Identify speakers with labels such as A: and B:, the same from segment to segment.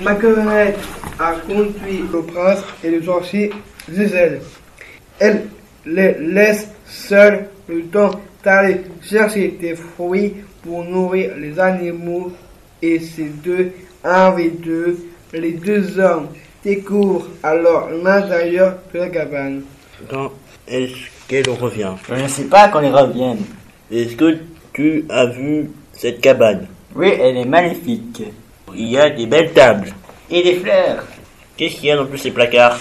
A: Maquerette a conduit le prince et le sorcier chez elle. Elle les laisse seuls le temps d'aller chercher des fruits pour nourrir les animaux et ces deux, un et deux, les deux hommes découvrent alors l'intérieur de la cabane.
B: Quand est-ce qu'elle revient
C: Je ne sais pas quand ils reviennent.
B: Est-ce que tu as vu cette cabane
C: Oui, elle est magnifique.
B: Il y a des belles tables.
C: Et des fleurs.
B: Qu'est-ce qu'il y a dans tous ces placards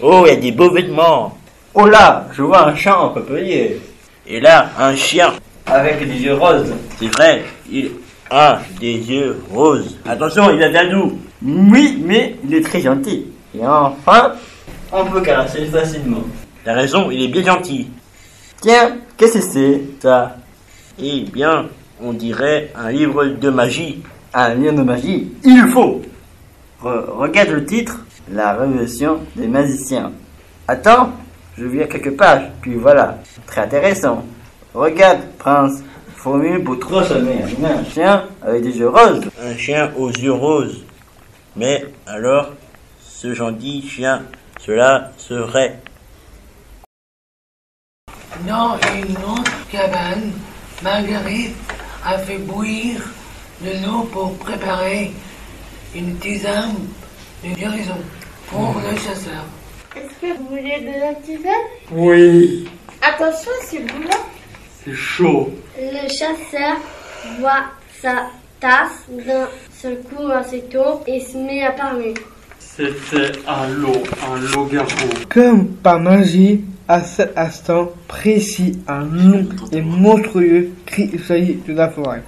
B: Oh, il y a des beaux vêtements.
C: Oh là, je vois un chat en peuplier.
B: Et là, un chien.
C: Avec des yeux roses.
B: C'est vrai, il a des yeux roses. Attention, il a des adoux.
C: Oui, mais il est très gentil. Et enfin, on peut caresser facilement.
B: T'as raison, il est bien gentil.
C: Tiens, qu'est-ce que c'est, ça
B: Eh bien, on dirait un livre de magie.
C: Un lien de magie Il le faut Re- Regarde le titre, La révolution des magiciens. Attends, je viens quelques pages, puis voilà. Très intéressant. Regarde, prince, formule pour trois sommets. Un chien avec des yeux roses.
B: Un chien aux yeux roses. Mais alors, ce gentil chien, cela serait
D: Dans une autre cabane, Marguerite a fait bouillir de l'eau pour préparer une tisane de guérison pour le chasseur.
E: Est-ce que vous voulez de la tisane
F: Oui,
E: Attention, c'est bon.
F: c'est chaud.
E: Le chasseur voit sa tasse d'un seul coup assez tôt et se met à parler.
F: C'était un lot, un lot garou.
A: Comme par magie, à cet instant précis, un long et monstrueux cri jaillit de la forêt.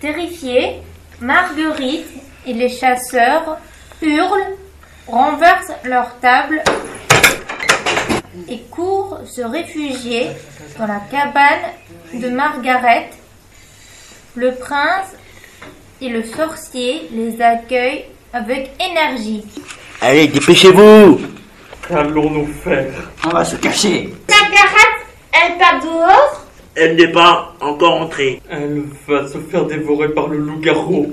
G: Terrifiés, Marguerite et les chasseurs hurlent, renversent leur table et courent se réfugier dans la cabane de Margaret. Le prince et le sorcier les accueillent avec énergie.
B: Allez, dépêchez-vous
F: Qu'allons-nous faire
C: On va se cacher.
E: Margaret, elle part dehors
B: Elle n'est pas encore entrée.
F: Elle va se faire dévorer par le loup-garou.